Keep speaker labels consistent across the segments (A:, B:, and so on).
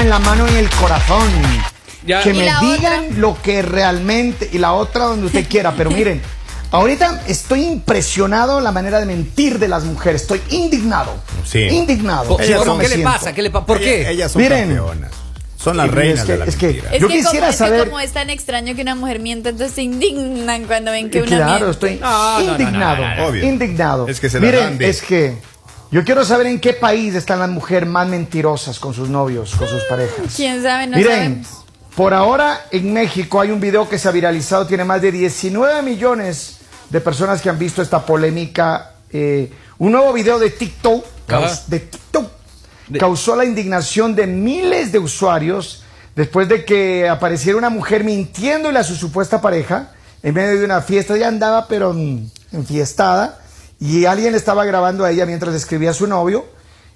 A: en la mano y en el corazón.
B: Ya.
A: Que
B: ¿Y
A: me
C: la
A: digan lo que realmente. Y la otra donde usted quiera, pero miren. Ahorita estoy impresionado la manera de mentir de las mujeres. Estoy indignado.
D: Sí.
A: Indignado.
B: ¿Por-
D: Ellas
B: por-
D: son-
B: ¿Qué le
A: siento.
B: pasa? ¿Qué le pa- ¿Por qué?
D: Ellas son
A: Miren.
D: campeonas. Son las
A: Es
D: reinas
A: que-
D: de la
A: es que-
D: mentira.
C: Es
A: Yo
C: que
A: quisiera
C: como, es que
A: saber-
C: como es tan extraño que una mujer mienta, entonces se indignan cuando ven que una
A: Claro,
C: miente.
A: estoy
B: No, no, no,
A: indignado.
B: no, no,
D: no. Obvio.
A: Indignado.
D: Es que se la
A: Miren,
D: dan de-
A: es que yo quiero saber en qué país están las mujeres más mentirosas con sus novios, con sus parejas.
C: ¿Quién sabe? No
A: Miren,
C: sabemos.
A: por ahora en México hay un video que se ha viralizado, tiene más de 19 millones de personas que han visto esta polémica. eh, un nuevo video de TikTok, caus-
B: Ajá.
A: de TikTok causó la indignación de miles de usuarios después de que apareciera una mujer mintiéndole a su supuesta pareja en medio de una fiesta. Ella andaba pero mm, enfiestada y alguien le estaba grabando a ella mientras le escribía a su novio.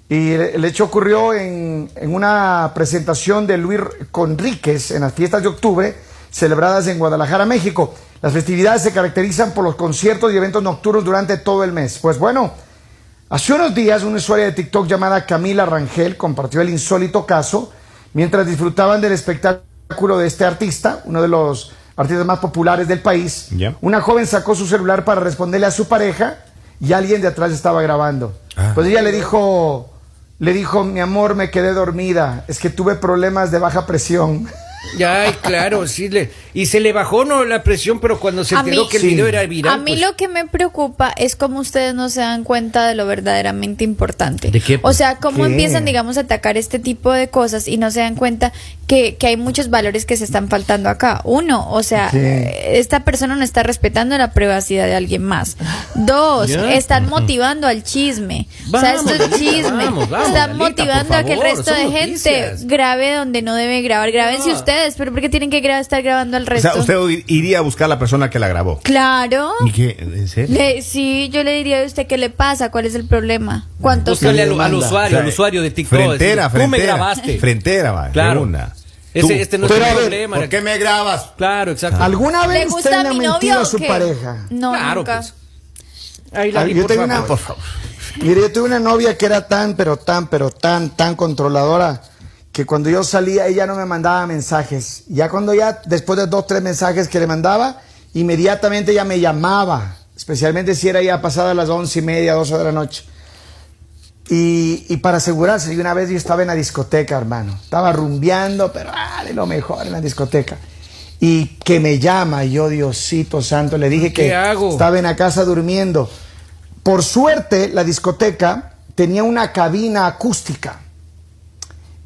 A: Y el el hecho ocurrió en, en una presentación de Luis Conríquez en las fiestas de octubre celebradas en Guadalajara, México. Las festividades se caracterizan por los conciertos y eventos nocturnos durante todo el mes. Pues bueno, Hace unos días, una usuaria de TikTok llamada Camila Rangel compartió el insólito caso mientras disfrutaban del espectáculo de este artista, uno de los artistas más populares del país.
D: Ya.
A: Una joven sacó su celular para responderle a su pareja y alguien de atrás estaba grabando.
D: Ah.
A: Pues ella le dijo, le dijo, mi amor, me quedé dormida, es que tuve problemas de baja presión.
B: Ya, ay, claro, sí. Le, y se le bajó no la presión, pero cuando se
C: A
B: enteró
C: mí-
B: que el
A: Sí.
B: video era viral.
C: a mí
B: pues,
C: lo que me preocupa es cómo ustedes no se dan cuenta de lo verdaderamente importante.
B: ¿De qué?
C: O sea, cómo
A: ¿Qué?
C: empiezan, digamos, a atacar este tipo de cosas y no se dan cuenta que, que hay muchos valores que se están faltando acá. Uno, o sea,
A: Sí.
C: eh, esta persona no está respetando la privacidad de alguien más. Dos,
B: Ya.
C: están motivando al chisme. o sea, esto
B: Vamos,
C: es
B: Lalita,
C: chisme.
B: vamos, vamos,
C: están
B: Lalita,
C: motivando
B: por
C: a que el
B: favor,
C: resto de
B: son
C: gente
B: noticias.
C: grabe donde no debe grabar. Grábense
B: Ah.
C: ustedes, pero ¿por qué tienen que gra- estar grabando al
D: O
C: resto?
D: sea, usted ir- iría a buscar a la persona que la grabó.
C: Claro.
D: ¿Y qué? ¿En serio?
C: Le- sí, yo le diría a usted qué le pasa, cuál es el problema, cuántos
B: Búscale al,
A: demanda.
B: al
D: O
B: usuario,
D: sea,
B: al usuario de TikTok. decirle,
D: Frentera,
B: Tú me
D: frentera,
B: grabaste.
D: Frentera, va. de
B: Claro.
D: una.
B: Ese-
D: Tú,
B: este no es
D: pero
B: mi
D: a ver,
B: problema.
D: ¿Por qué me grabas?
B: Claro,
D: Ah.
B: exacto.
A: ¿Alguna
C: le
A: vez usted
C: gusta a
A: le ha
C: mi
A: mentido
C: novio
A: a
C: o
A: su
C: qué?
A: pareja?
C: No,
B: Claro,
C: nunca.
B: pues. Ay,
A: Ah,
B: Lali,
A: yo
B: por
A: tengo una,
B: favor.
A: por favor. Mire, yo tuve una novia que era tan, pero tan, pero tan, tan controladora que cuando yo salía ella no me mandaba mensajes. Ya cuando ya, después de dos, tres mensajes que le mandaba, inmediatamente ella me llamaba, especialmente si era ya pasada las once y media, doce de la noche. Y, y para asegurarse, y una vez yo estaba en la discoteca, hermano. Estaba rumbeando, pero ah, de lo mejor en la discoteca. Y que me llama, y yo, Diosito Santo, le dije
B: ¿Qué
A: que
B: hago?
A: estaba en la casa durmiendo. Por suerte, la discoteca tenía una cabina acústica.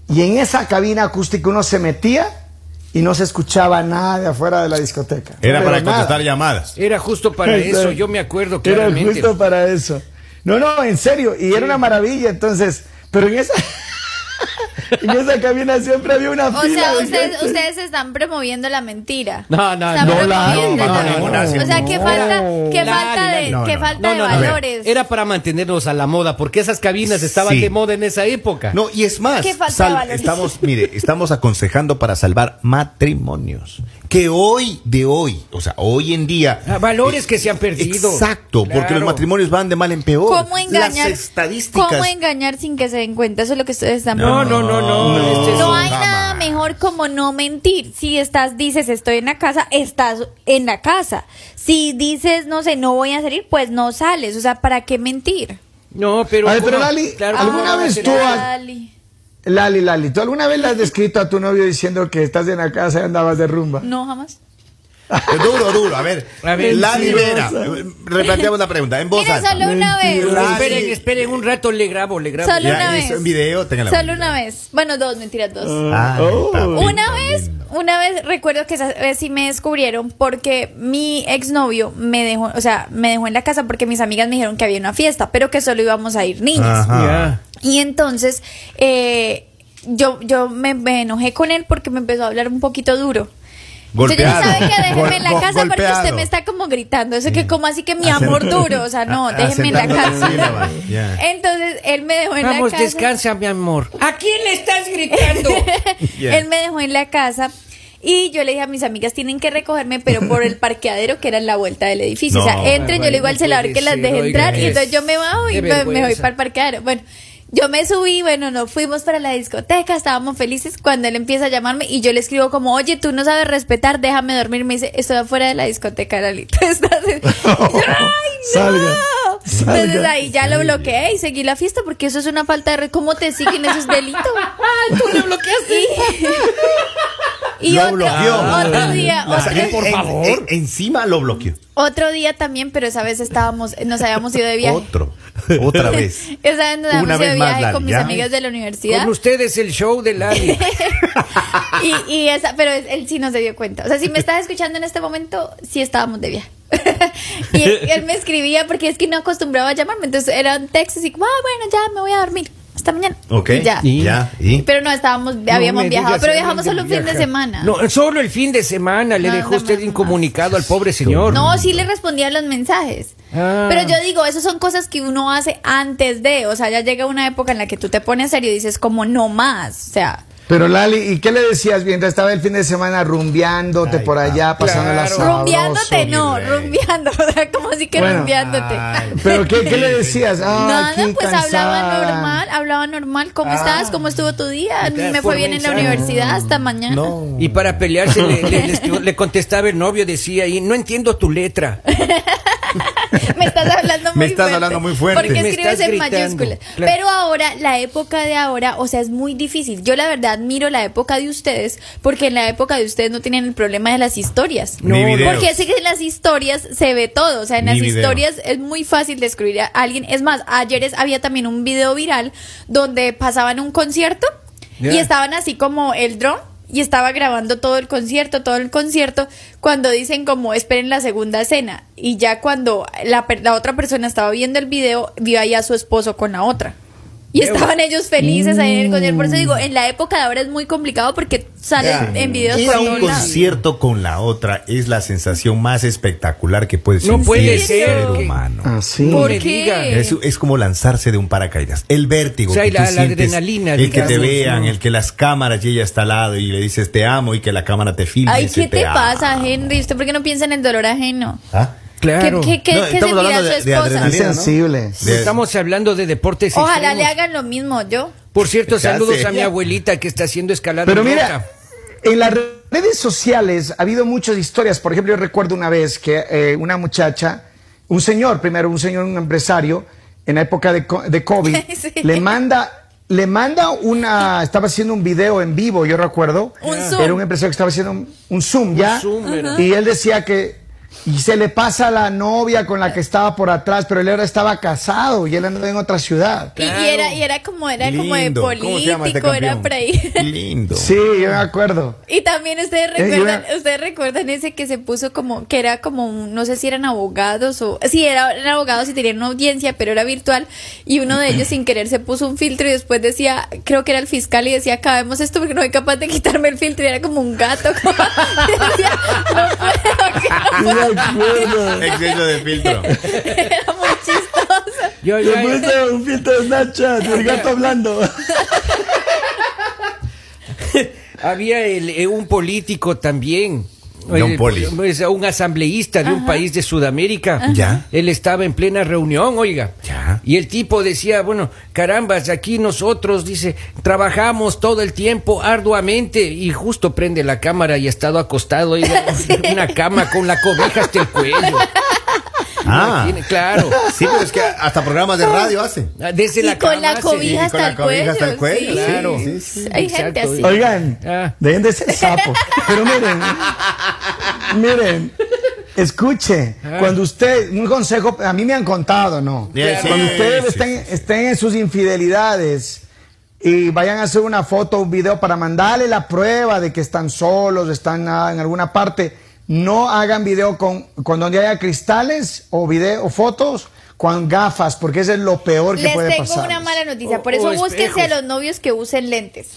A: Y en esa cabina acústica uno se metía y no se escuchaba nada de afuera de la discoteca.
D: Era
A: Pero
D: para
A: nada.
D: contestar llamadas.
B: Era justo para eso, yo me acuerdo
A: Era
B: claramente.
A: justo para eso. No, no, en serio, y era una maravilla, entonces, pero en esa en esa cabina siempre había una
C: O
A: fila
C: sea,
A: de
C: ustedes,
A: gente.
C: ustedes están promoviendo la mentira.
B: No, no,
C: Están
B: no,
C: promoviendo
D: no,
C: la-
D: no, ninguna,
C: O sea,
D: no.
C: qué falta, qué
B: Lali,
C: falta de,
B: Lali.
D: No,
C: qué
D: no,
C: falta
B: No,
C: de
B: no, no.
C: valores.
B: Era para mantenernos a la moda, porque esas cabinas estaban
D: Sí.
B: de moda en esa época.
D: No, y es más,
C: Qué falta de valores.
D: estamos, mire, estamos aconsejando para salvar matrimonios. Que hoy de hoy, o sea, hoy en día.
B: Ah, valores que se han perdido.
D: Eh, Exacto, porque
B: Claro.
D: los matrimonios van de mal en peor.
C: ¿Cómo engañar?
D: Las estadísticas.
C: ¿Cómo engañar sin que se den cuenta? Eso es lo que ustedes están
B: No, no, no, no.
D: No.
B: este es-
C: No hay
D: jamás.
C: nada mejor como no mentir. Si estás, dices estoy en la casa, estás en la casa. Si dices, no sé, no voy a salir, pues no sales. O sea, ¿para qué mentir? Ah,
B: No, pero.
A: A ver, pero
B: ¿cómo?
A: Lali,
B: ¿cómo
A: ¿alguna
B: no va a
A: vez
B: ser?
A: tú has-
C: Lali.
A: Lali, Lali, ¿tú alguna vez le has descrito a tu novio diciendo que estás en la casa y andabas de rumba?
C: No, jamás.
D: Duro, duro. A ver,
B: A ver,
D: la
B: sí.
D: Libera. Replanteamos la pregunta. En voz
C: Mira,
D: alta.
C: solo una vez.
D: Lali.
B: Esperen, esperen un rato, le grabo, le grabo.
C: Solo
D: Ya,
C: una
D: eso
C: vez.
D: en video, téngala.
C: Solo una vez. Bueno, dos, mentiras, dos.
D: Ah, está bien,
C: Una
D: está
C: vez,
D: bien.
C: una vez recuerdo que esa vez sí me descubrieron porque mi exnovio me dejó, o sea, me dejó en la casa porque mis amigas me dijeron que había una fiesta, pero que solo íbamos a ir niñas.
D: Ajá.
B: Ya.
C: Y entonces eh, yo, yo me, me enojé con él porque me empezó a hablar un poquito duro.
D: Golpeado.
C: Entonces, yo, ¿sabe que
D: Gol-
C: Déjeme en la
D: gol-
C: casa porque
D: golpeado.
C: usted me está como gritando. Eso que como así que mi
D: Acent-
C: amor duro. O sea, no,
D: A-
C: déjeme en la
D: acentando las
C: casa.
D: sílabas, ya.
C: Entonces, él me dejó en
B: Vamos,
C: la casa.
B: descansa, mi amor. Ah, ¿A quién le estás gritando?
D: Yeah.
C: Él me dejó en la casa y yo le dije a mis amigas, tienen que recogerme, pero por el parqueadero que era en la vuelta del edificio. o
D: No.
C: sea, entren, yo le digo
B: Ay,
C: al
B: no
C: celador que
B: puede
C: las
B: ser,
C: deje
B: oiga,
C: entrar y
B: es-
C: entonces yo me bajo
B: qué
C: y me, me voy
B: vergüenza.
C: para el parqueadero. Bueno, Yo me subí, bueno, no fuimos para la discoteca, estábamos felices cuando él empieza a llamarme y yo le escribo como, oye, tú no sabes respetar, déjame dormir. Me dice, estoy afuera de la discoteca, Lalito. Estás en-". Y yo, ¡Ay,
A: Salga,
C: no!
A: salga.
C: Entonces ahí ya lo bloqueé y seguí la fiesta porque eso es una falta de... re- ¿Cómo te siguen? Eso es delito. tú lo bloqueaste. Y,
D: Lo
C: otro,
D: bloqueó.
C: otro día,
D: La saqué,
C: otro,
B: por
D: en-
B: favor.
D: en- encima lo bloqueó.
C: otro día también, pero esa vez estábamos, nos habíamos ido de viaje.
D: Otro. Otra vez.
C: Esa vez nos
D: Una
C: habíamos ido
D: vez
C: de
D: más,
C: viaje
D: Lali,
C: con mis
D: ¿ya?
C: amigas de la universidad.
B: Con ustedes el show de Lali.
C: Y, y esa, pero es- él sí no se dio cuenta. O sea, si me estás escuchando en este momento, sí estábamos de viaje. y él, él me escribía porque es que no acostumbraba a llamarme. Entonces era un texto así como, ah, bueno, ya me voy a dormir. Hasta mañana.
D: Ok.
C: Y ya.
B: Y-
D: Ya. ¿Y?
C: Pero no estábamos,
B: No
C: habíamos
B: me
C: viajado,
B: digas,
C: pero
B: habían
C: viajamos solo un fin de
B: viajar.
C: semana.
B: No, solo el fin de semana le
C: No,
B: dejó
C: no,
B: usted
C: no, no.
B: incomunicado al pobre señor.
C: No, sí le respondía a los mensajes.
B: Ah.
C: Pero yo digo, esas son cosas que uno hace antes de. O sea, ya llega una época en la que tú te pones serio y dices, como no más. O sea,
A: Pero Lali, ¿y qué le decías mientras estaba el fin de semana rumbeándote
D: Ay,
A: por allá,
B: papá.
A: pasando la
B: Claro.
A: sabroso?
C: rumbeándote, no,
D: mi rey.
C: rumbeando. O sea, como así que
A: Bueno.
C: rumbeándote.
D: Ay,
A: ¿Pero qué, qué le decías? Ah,
C: Nada,
A: aquí,
C: pues hablaba
A: cansada.
C: normal, hablaba normal. ¿Cómo
B: Ah.
C: estás? ¿Cómo estuvo tu día?
B: Te
C: Me
B: por
C: fue bien en la
B: mensaje.
C: universidad hasta mañana.
D: No.
B: Y para pelearse le, le- le escribió- le contestaba el novio, decía, y no entiendo tu letra.
C: Me estás hablando muy
D: Me estás
C: fuerte.
D: hablando muy fuerte.
C: Porque
B: Me
C: escribes
B: estás
C: en
B: gritando,
C: mayúsculas.
B: claro.
C: Pero ahora, la época de ahora, o sea, es muy difícil. Yo la verdad admiro la época de ustedes, porque en la época de ustedes no tienen el problema de las historias.
D: Ni
B: No,
D: videos.
C: Porque sé que en las historias se ve todo, o sea, en
D: Ni
C: las
D: video.
C: historias es muy fácil descubrir a alguien. Es más, ayer es- había también un video viral donde pasaban un concierto y
B: Ya.
C: estaban así como el dron y estaba grabando todo el concierto, todo el concierto, cuando dicen como esperen la segunda escena y ya cuando la, per- la otra persona estaba viendo el video, vio ahí a su esposo con la otra. Y
B: Ew.
C: estaban ellos felices ahí en el concierto. Por eso digo, en la época de ahora es muy complicado porque salen
D: Mm. Ya.
C: en videos
D: Ir
C: por
D: a un
C: todos lados.
D: concierto con la otra es la sensación más espectacular que puede
B: No
D: sentir
B: puede
D: el
B: ser
D: ser
B: que-
D: humano.
A: Ah, sí.
B: Por-
C: ¿Por
B: me diga.
C: qué?
D: Es, es como lanzarse de un paracaídas. El
B: Eh,
D: vértigo.
B: O sea,
D: que
B: y la-
D: tú
B: la
D: sientes,
B: adrenalina,
D: El que te
B: digamos,
D: vean,
B: ¿no?
D: el que las cámaras y ella está al lado y le dices te amo y que la cámara te filme. y
C: Ay,
D: dice,
C: ¿qué te
D: amo".
C: pasa, Henry? ¿Usted por qué no piensa en el dolor ajeno?
D: ¿Ah?
B: Claro.
C: ¿Qué, qué, qué,
D: No,
C: qué
D: estamos
C: sentirá
D: hablando de-
C: su
D: de
C: esposa?
A: Es
D: adrenalina.
A: sensible.
D: De-
B: Estamos hablando de deportes
C: Ojalá
B: extremos.
C: le hagan lo mismo yo.
B: Por cierto,
D: Ya
B: saludos
D: sé.
B: a mi abuelita que está haciendo escalada
A: Pero
B: en
A: mira,
B: roca.
A: en las redes sociales ha habido muchas historias. Por ejemplo, yo recuerdo una vez que eh, una muchacha, un señor, primero un señor, un empresario, en la época de, co- de COVID,
C: Sí.
A: le manda, le manda una, estaba haciendo un video en vivo, yo recuerdo.
C: Un
A: Era
C: Zoom.
A: un empresario que estaba haciendo un, un Zoom ya.
B: Zoom, ¿verdad?
A: y él decía que y se le pasa a la novia con la que estaba por atrás, pero él ahora estaba casado y él andaba en otra ciudad.
C: Y-
B: Claro.
C: Y, era, y era como, era como de
D: Lindo. ¿Cómo se llama este
C: político, era
D: campeón?
C: por ahí.
D: Lindo.
A: Sí, yo me acuerdo.
C: Y también ustedes
A: Eh, yo
C: recuerdan,
A: era-
C: ustedes recuerdan ese que se puso como, que era como, un- no sé si eran abogados o, sí, era- eran abogados y tenían una audiencia, pero era virtual, y uno de ellos sin querer se puso un filtro y después decía, creo que era el fiscal y decía, acabemos esto porque no soy capaz de quitarme el filtro, y era como un gato, como, y decía, no puedo, que no puedo".
D: Exceso de filtro.
C: era muy chistoso.
B: Yo- yo-
A: un filtro de Snapchat, el gato hablando.
B: había el- eh, un político también.
D: Don
B: Eh,
D: Poli.
B: pues, un asambleísta de un país de Sudamérica.
D: Ajá. Ya.
B: Él estaba en plena reunión, oiga.
D: Ya.
B: Y el tipo decía, bueno, carambas, aquí nosotros, dice, trabajamos todo el tiempo arduamente y justo prende la cámara y ha estado acostado oiga, en una cama con la cobija hasta el cuello.
D: Ah.
B: Imagine- claro. Ah,
D: Sí, pero es que hasta programas de radio hacen.
B: Desde
C: y
B: la
C: con
B: cama
C: la
B: se-
D: Y
C: cobija
D: con
C: hasta
D: la
C: el
D: cobija
C: cuello.
D: hasta el cuello,
C: sí.
B: claro.
D: Sí, sí,
C: Hay
B: exacto,
C: gente así.
B: Sí.
A: Oigan,
B: Ah.
A: dejen de ser sapo. Pero miren, miren, escuche,
B: Ah.
A: cuando usted, un consejo, a mí me han contado, ¿no?
D: Sí, sí,
A: cuando ustedes
D: sí,
A: estén, estén en sus infidelidades y vayan a hacer una foto, un video para mandarle la prueba de que están solos, están ah, en alguna parte, no hagan video con, con donde haya cristales o video o fotos con gafas, porque eso es lo peor que
C: Les
A: puede
C: tengo
A: pasar.
C: una mala noticia, por
B: O-
C: eso
B: o
C: búsquense a
B: espejos.
C: los novios que usen lentes.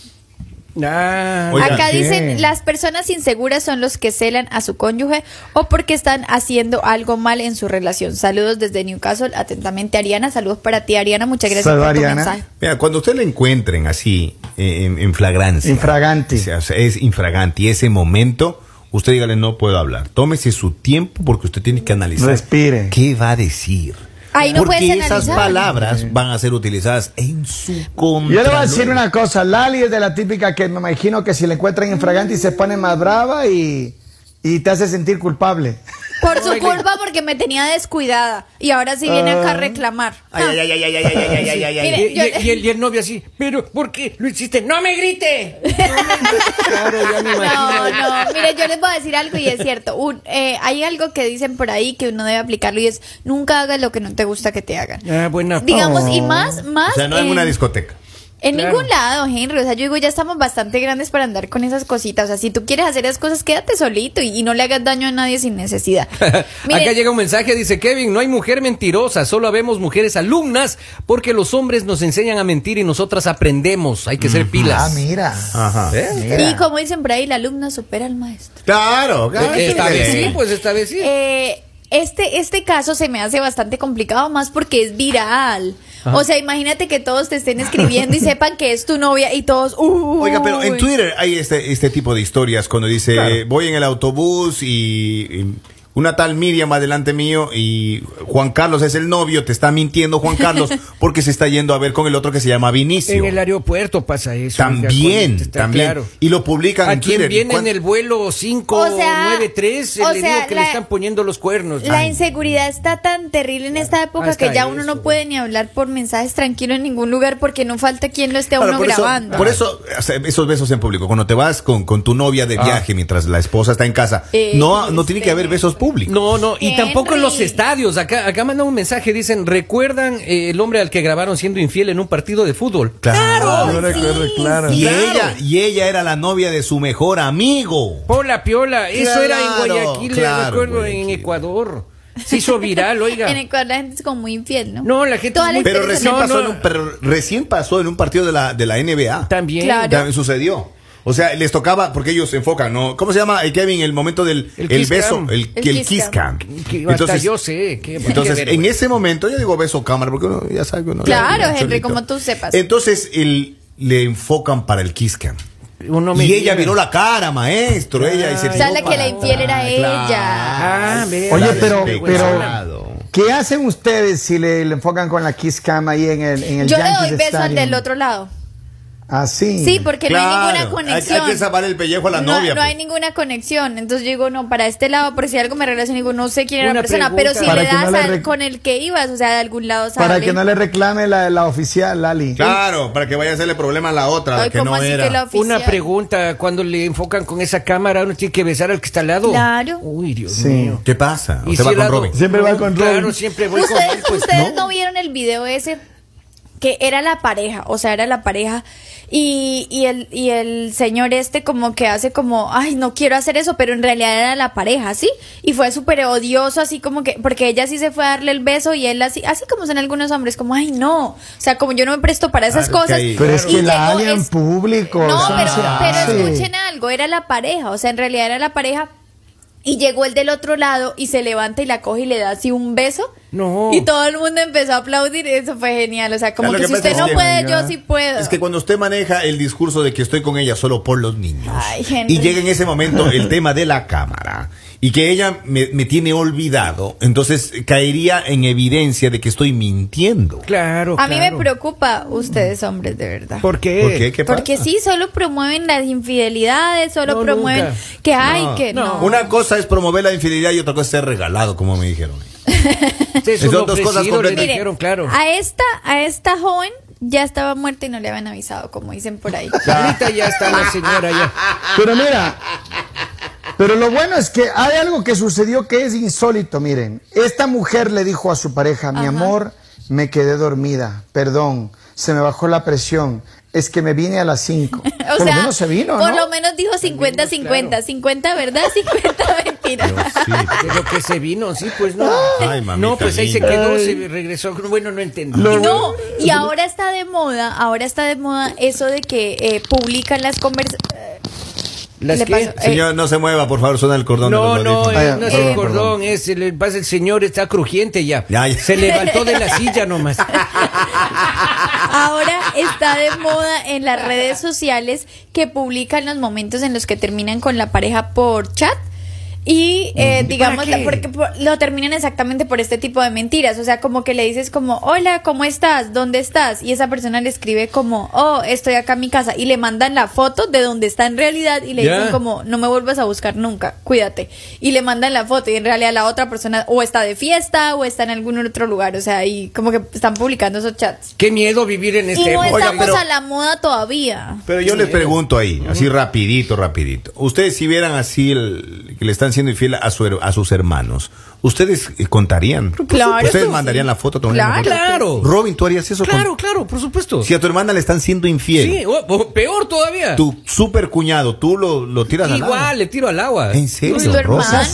B: Ah.
D: Oiga,
C: Acá
A: ¿qué?
C: dicen, las personas inseguras son los que celan a su cónyuge o porque están haciendo algo mal en su relación. Saludos desde Newcastle, atentamente Ariana, saludos para ti Ariana, muchas gracias
A: Saludos,
C: por tu
A: Ariana.
C: mensaje.
D: Mira, cuando usted la encuentren así, eh, en, en flagrancia.
A: Infragante.
D: O sea, o sea, es infragante. Y ese momento, usted dígale, no puedo hablar. Tómese su tiempo porque usted tiene que analizar.
A: Respire.
D: ¿Qué va a decir?
C: Ahí no
D: porque
C: puedes
D: esas
C: analizar.
D: palabras van a ser utilizadas en su contra.
A: Yo le voy a decir
D: luego.
A: una cosa, Lali es de la típica que me imagino que si la encuentran infragante y se pone más brava y, y te hace sentir culpable.
C: Por su culpa, porque me tenía descuidada. Y ahora sí viene
A: Ah.
C: acá a reclamar.
D: Ay, ay, ay, ay, ay, ay, ay, ay, ay, ay, ay.
B: Y,
C: Mire,
B: y-
C: yo-
B: y el, y el novio así, pero ¿por qué lo hiciste? ¡No me grite! No me- Claro, ya me
C: No,
B: imagino.
C: no, mire, yo les voy a decir algo y es cierto. Un- eh, hay algo que dicen por ahí que uno debe aplicarlo y es nunca hagas lo que no te gusta que te hagan.
B: Ah, buena.
C: Digamos, y más, más.
D: O sea, no en
C: en-
D: una discoteca.
C: En
B: Claro.
C: ningún lado, Henry. O sea, yo digo, ya estamos bastante grandes para andar con esas cositas. O sea, si tú quieres hacer esas cosas, quédate solito y, y no le hagas daño a nadie sin necesidad. Mire,
B: Acá llega un mensaje, dice Kevin, no hay mujer mentirosa, solo habemos mujeres alumnas porque los hombres nos enseñan a mentir y nosotras aprendemos, hay que ser pilas.
A: Ah, mira. ¿Eh?
D: Ajá.
A: Mira.
C: Y como dicen por ahí, el alumno supera al maestro.
D: Claro, claro.
B: Eh, Esta vez sí, pues esta vez sí.
C: Eh, este, este caso se me hace bastante complicado más porque es viral. O sea, imagínate que todos te estén escribiendo y sepan que es tu novia y todos. "Uy".
D: Oiga, pero en Twitter hay este, este tipo de historias cuando dice, voy en el autobús y, y una tal Miriam va delante mío y Juan Carlos es el novio, te está mintiendo Juan Carlos porque se está yendo a ver con el otro que se llama Vinicio.
B: En el aeropuerto pasa eso. oiga,
D: También,
B: cuando está
D: también.
B: claro.
D: Y lo publican
B: A
D: en
B: quien
D: Twitter.
B: viene en
D: ¿Cuán-
B: el vuelo 593,
C: o
B: le
C: sea,
B: digo que le
C: la-
B: están poniendo los cuernos.
D: pues,
C: La
B: Ay,
C: inseguridad está tan terrible en esta época
B: Hasta
C: que ya uno
B: eso.
C: no puede ni hablar por mensajes tranquilos en ningún lugar porque no falta quien lo esté a
D: Claro,
C: uno
D: por eso-
C: grabando.
D: por eso, o sea, esos besos en público. Cuando te vas con, con tu novia de
B: Ah.
D: viaje mientras la esposa está en casa,
C: Eh,
D: no, no tiene
C: este-
D: que haber besos públicos.
B: No, no, y tampoco en los
C: Henry.
B: estadios. Acá, acá mandan un mensaje, dicen, ¿recuerdan eh, el hombre al que grabaron siendo infiel en un partido de fútbol?
D: Claro.
A: Yo recuerdo, claro.
D: Y
B: Claro.
D: ella, y ella era la novia de su mejor amigo.
B: Pola, piola, eso era en
D: Claro,
B: Guayaquil, le
D: claro,
B: recuerdo, en
D: Guayaquil.
B: Ecuador. Se hizo viral, oiga.
C: En Ecuador la gente es como muy infiel, ¿no?
B: No, la gente
C: Toda
B: es muy-
D: Pero
C: historia
D: recién,
B: No,
D: pasó
B: no.
D: En un, pero recién pasó en un partido de la, de la NBA.
B: También.
C: Claro.
D: También sucedió. O sea, les tocaba, porque ellos se enfocan, ¿no? ¿Cómo se llama, eh, Kevin, el momento del
B: El
D: el
B: kiss
D: beso?
B: cam.
D: El,
C: El
D: el
C: kiss
D: kiss cam.
B: Que hasta yo sé. qué- qué
D: Entonces, en
B: vergüenza.
D: ese momento, yo digo beso cámara, porque uno ya sabe que uno-
C: pues. Claro,
D: uno
C: Henry,
D: solito.
C: como tú sepas.
D: Entonces, el- le enfocan para el kiss cam.
B: Uno me
D: este- y ella
B: diga.
D: miró la cara, maestro, ella. Y se
B: O
C: Ah, sea,
D: tiró
C: la que la
D: para
C: infiel era
D: atrás,
C: ella.
D: claro.
B: Ah, mira.
A: Oye,
D: La
A: pero, pero
D: despeguestrado.
A: ¿qué hacen ustedes si le, le enfocan con la kiss cam ahí en el, en el
C: Yo le
A: Yankees
C: doy beso al
A: Stadium? Ah,
C: del otro lado.
A: Así.
C: Sí, porque no hay ninguna
D: Claro, hay-
C: conexión.
D: hay que salvar el pellejo a la
C: no,
D: novia,
C: No
D: pues.
C: hay ninguna conexión. Entonces yo digo, no, para este lado, por si algo me relaciona, digo, no sé quién era
B: Una
C: la persona,
B: pregunta.
C: pero si
A: Para
C: le
A: que no
C: das
A: le
C: al-
A: rec-
C: con el que ibas, o sea, de algún lado sale.
A: Para que no le reclame la, la oficial, Lali.
D: Claro, para que vaya a hacerle problema a la otra,
C: Ay,
D: la que
C: ¿cómo
D: no
C: así
D: era.
C: que la oficial?
B: Una pregunta, cuando le enfocan con esa cámara, uno tiene que besar al que está al lado.
C: Claro.
B: Uy, Dios
A: Sí.
B: mío.
D: ¿Qué pasa?
B: Y si
D: Usted va
B: el
D: con
B: lado-
D: Robin.
A: Siempre va con
B: Claro,
A: Robin.
B: siempre voy con
C: Ustedes,
B: él, pues.
C: ustedes no. vieron el video ese que era la pareja, o sea, era la pareja y, y el y el señor este como que hace como, ay, no quiero hacer eso, pero en realidad era la pareja, ¿sí? Y fue súper odioso, así como que, porque ella sí se fue a darle el beso y él así, así como son algunos hombres, como, ay, no, o sea, como yo no me presto para
B: Ah,
C: esas
D: Claro,
C: cosas.
D: que ahí-
A: Pero es
C: Y
A: que la
C: llegó,
A: hagan
C: es-
A: público.
C: no,
A: eso
C: pero,
A: se hace.
C: pero escuchen algo, era la pareja, o sea, en realidad era la pareja. Y llegó el del otro lado y se levanta y la coge y le da así un beso.
B: No.
C: Y todo el mundo empezó a aplaudir. Eso fue genial. O sea, como
D: Claro,
C: que,
D: lo
C: si
D: que pasa
C: usted
D: es
C: no
D: que-
C: puede,
A: Ay,
C: yo
A: ya.
C: sí puedo.
D: Es que cuando usted maneja el discurso de que estoy con ella solo por los niños
C: Ay, Henry.
D: y llega en ese momento el tema de la cámara y que ella me, me tiene olvidado, entonces caería en evidencia de que estoy mintiendo.
B: Claro,
C: a mí
B: claro.
C: me preocupa ustedes, hombres, de verdad.
B: ¿Por qué?
D: ¿Por qué? ¿Qué pasa?
C: Porque sí, solo promueven las infidelidades, solo
B: No,
C: promueven
B: nunca.
C: que hay, que
B: no.
C: no.
D: Una cosa es promover la infidelidad y otra cosa es ser regalado, como me dijeron.
B: Ustedes
D: Son
B: son
D: dos cosas
B: ofrecidos, le
D: completas.
C: Mire,
B: dijeron, claro.
C: a esta, a esta joven ya estaba muerta y no le habían avisado, como dicen por ahí.
B: Ahorita ya está la señora ya.
A: Pero mira, pero lo bueno es que hay algo que sucedió que es insólito, miren. Esta mujer le dijo a su pareja, mi
C: Ajá.
A: amor, me quedé dormida, perdón, se me bajó la presión, es que me vine a las 5.
C: O
A: por
C: sea,
A: lo menos se vino,
C: por
A: ¿no?
C: lo menos dijo 50-50, 50, verdad, 50 mentira.
B: De lo que se vino, sí, pues no.
D: Ay, mamita
B: no, pues ahí se
D: linda.
B: quedó, se regresó. Bueno, no entendí.
A: Lo-
C: No, y ahora está de moda, ahora está de moda eso de que eh, publican las conversaciones.
B: ¿Las
C: le
B: qué?
C: pasó- Eh.
D: Señor, no se mueva, por favor, suena el cordón. de
B: No,
D: los
B: no,
D: audífonos.
A: Ah,
B: eh,
A: ya,
B: no es
A: perdón,
B: el cordón,
A: perdón.
B: es el, el- pasa el señor, está crujiente ya.
D: Ya, ya.
B: Se levantó de la silla nomás.
C: Ahora está de moda en las redes sociales que publican los momentos en los que terminan con la pareja por chat. Y eh, digamos,
B: para qué?
C: porque por- lo terminan exactamente por este tipo de mentiras. O sea, como que le dices como, hola, ¿cómo estás? ¿Dónde estás? Y esa persona le escribe como, oh, estoy acá en mi casa. Y le mandan la foto de donde está en realidad y le
B: Ya.
C: dicen como, no me vuelvas a buscar nunca, cuídate. Y le mandan la foto y en realidad la otra persona o está de fiesta o está en algún otro lugar. O sea, y como que están publicando esos chats.
B: Qué miedo vivir en
C: Y
B: este
C: no
B: época.
D: Oiga,
C: estamos
D: pero-
C: a la moda todavía.
D: Pero yo les pregunto ahí, así rapidito, rapidito. Ustedes si vieran así el- que le están siendo infiel a, su her- a sus hermanos, ¿ustedes eh, contarían?
C: Claro,
D: ¿Ustedes
C: sí.
D: mandarían la foto? tomarían la
C: Claro,
D: foto?
B: claro.
D: Robin, ¿tú harías eso? con-
B: Claro, claro, por supuesto.
D: Si a tu hermana le están siendo infiel,
B: Sí, o- o peor todavía.
D: tu super cuñado, tú lo, lo tiras al agua.
B: Igual, le tiro al agua.
D: ¿En serio?
C: Tu hermana.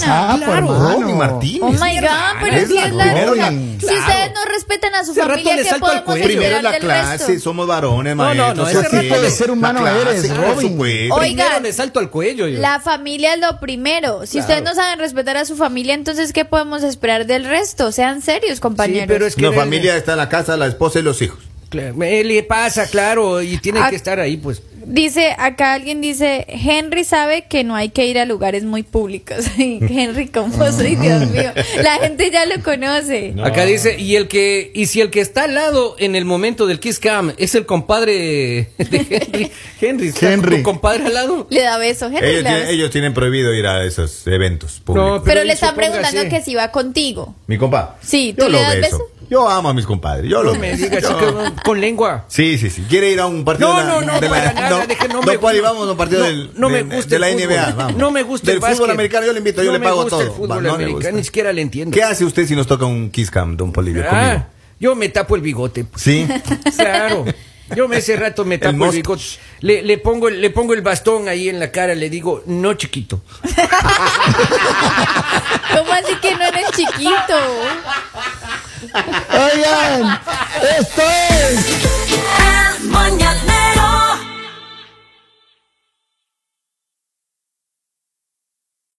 B: claro,
D: Robin Martínez.
C: Oh my God,
B: hermana,
C: pero
D: es
C: si
D: la
C: es la
D: primera la-
C: regla. Si
B: claro.
C: ustedes no respetan a su
B: Ese rato
C: familia,
B: le
C: ¿qué
B: salto al
C: podemos
B: cuello.
D: Primero
C: esperar
D: la
C: del
D: clase,
C: resto?
D: somos varones,
B: No, no,
D: maestro.
B: no,
D: o
B: ese
D: sea,
B: rato de
A: ser
D: la
A: humano eres,
D: por
A: Robin.
D: supuesto.
C: Oye,
B: Primero
C: Oigan.
B: le salto al cuello. yo.
C: La familia es lo primero. Si ustedes no saben respetar a su familia, entonces ¿qué podemos esperar del resto? Sean serios, compañeros.
B: Sí, pero es que
D: la familia está en la casa, la esposa y los hijos.
B: Claro, eh, le pasa, claro, y tiene
C: Ah.
B: que estar ahí, pues.
C: Dice, acá alguien dice, Henry sabe que no hay que ir a lugares muy públicos. Y Henry, ¿cómo soy? Dios mío. La gente ya lo conoce.
B: Acá dice, y el que y si el que está al lado en el momento del kiss cam es el compadre de Henry, Henry, está con
A: Henry.
B: tu compadre al lado.
C: Le da beso, Henry.
D: Ellos,
C: le da
D: tienen,
C: beso.
D: ellos tienen prohibido ir a esos eventos
B: No,
D: públicos.
C: Pero,
B: Pero
C: le
B: él
C: están
B: se ponga
C: preguntando
B: así.
C: que si va contigo.
D: Mi compa.
C: Sí,
D: yo
C: ¿tú
D: lo
C: le das
D: beso.
C: beso?
D: Yo amo a mis compadres. Yo lo
B: No me
D: beso.
B: digas,
D: Yo-
B: chico, con lengua.
D: Sí, sí, sí. ¿Quiere ir a un partido
B: No,
D: de la,
B: no, no,
D: de la-
B: para nada,
D: no,
B: deje, no
D: Don
B: me
D: Poli,
B: gusta-
D: vamos a un partido
B: no,
D: del,
B: no me
D: de-
B: gusta
D: de
B: el
D: la
B: fútbol.
D: NBA. vamos.
B: No me gusta el
D: Del fútbol
B: básquet.
D: americano yo le invito, yo
B: No
D: le
B: me
D: pago
B: gusta
D: todo.
B: el fútbol
D: Va, no me
B: americano,
D: gusta.
B: ni siquiera le entiendo.
D: ¿Qué hace usted si nos toca un kiss cam, Don Polivio,
B: Ah,
D: conmigo?
B: yo me tapo el bigote. pues,
D: Sí.
B: Claro. Yo me ese rato me tapo el,
D: mosco.
B: bigote. Le, le pongo el- le pongo el bastón ahí en la cara, le digo, "No, chiquito."
C: ¿Cómo así que no eres chiquito?
A: Oigan, esto es.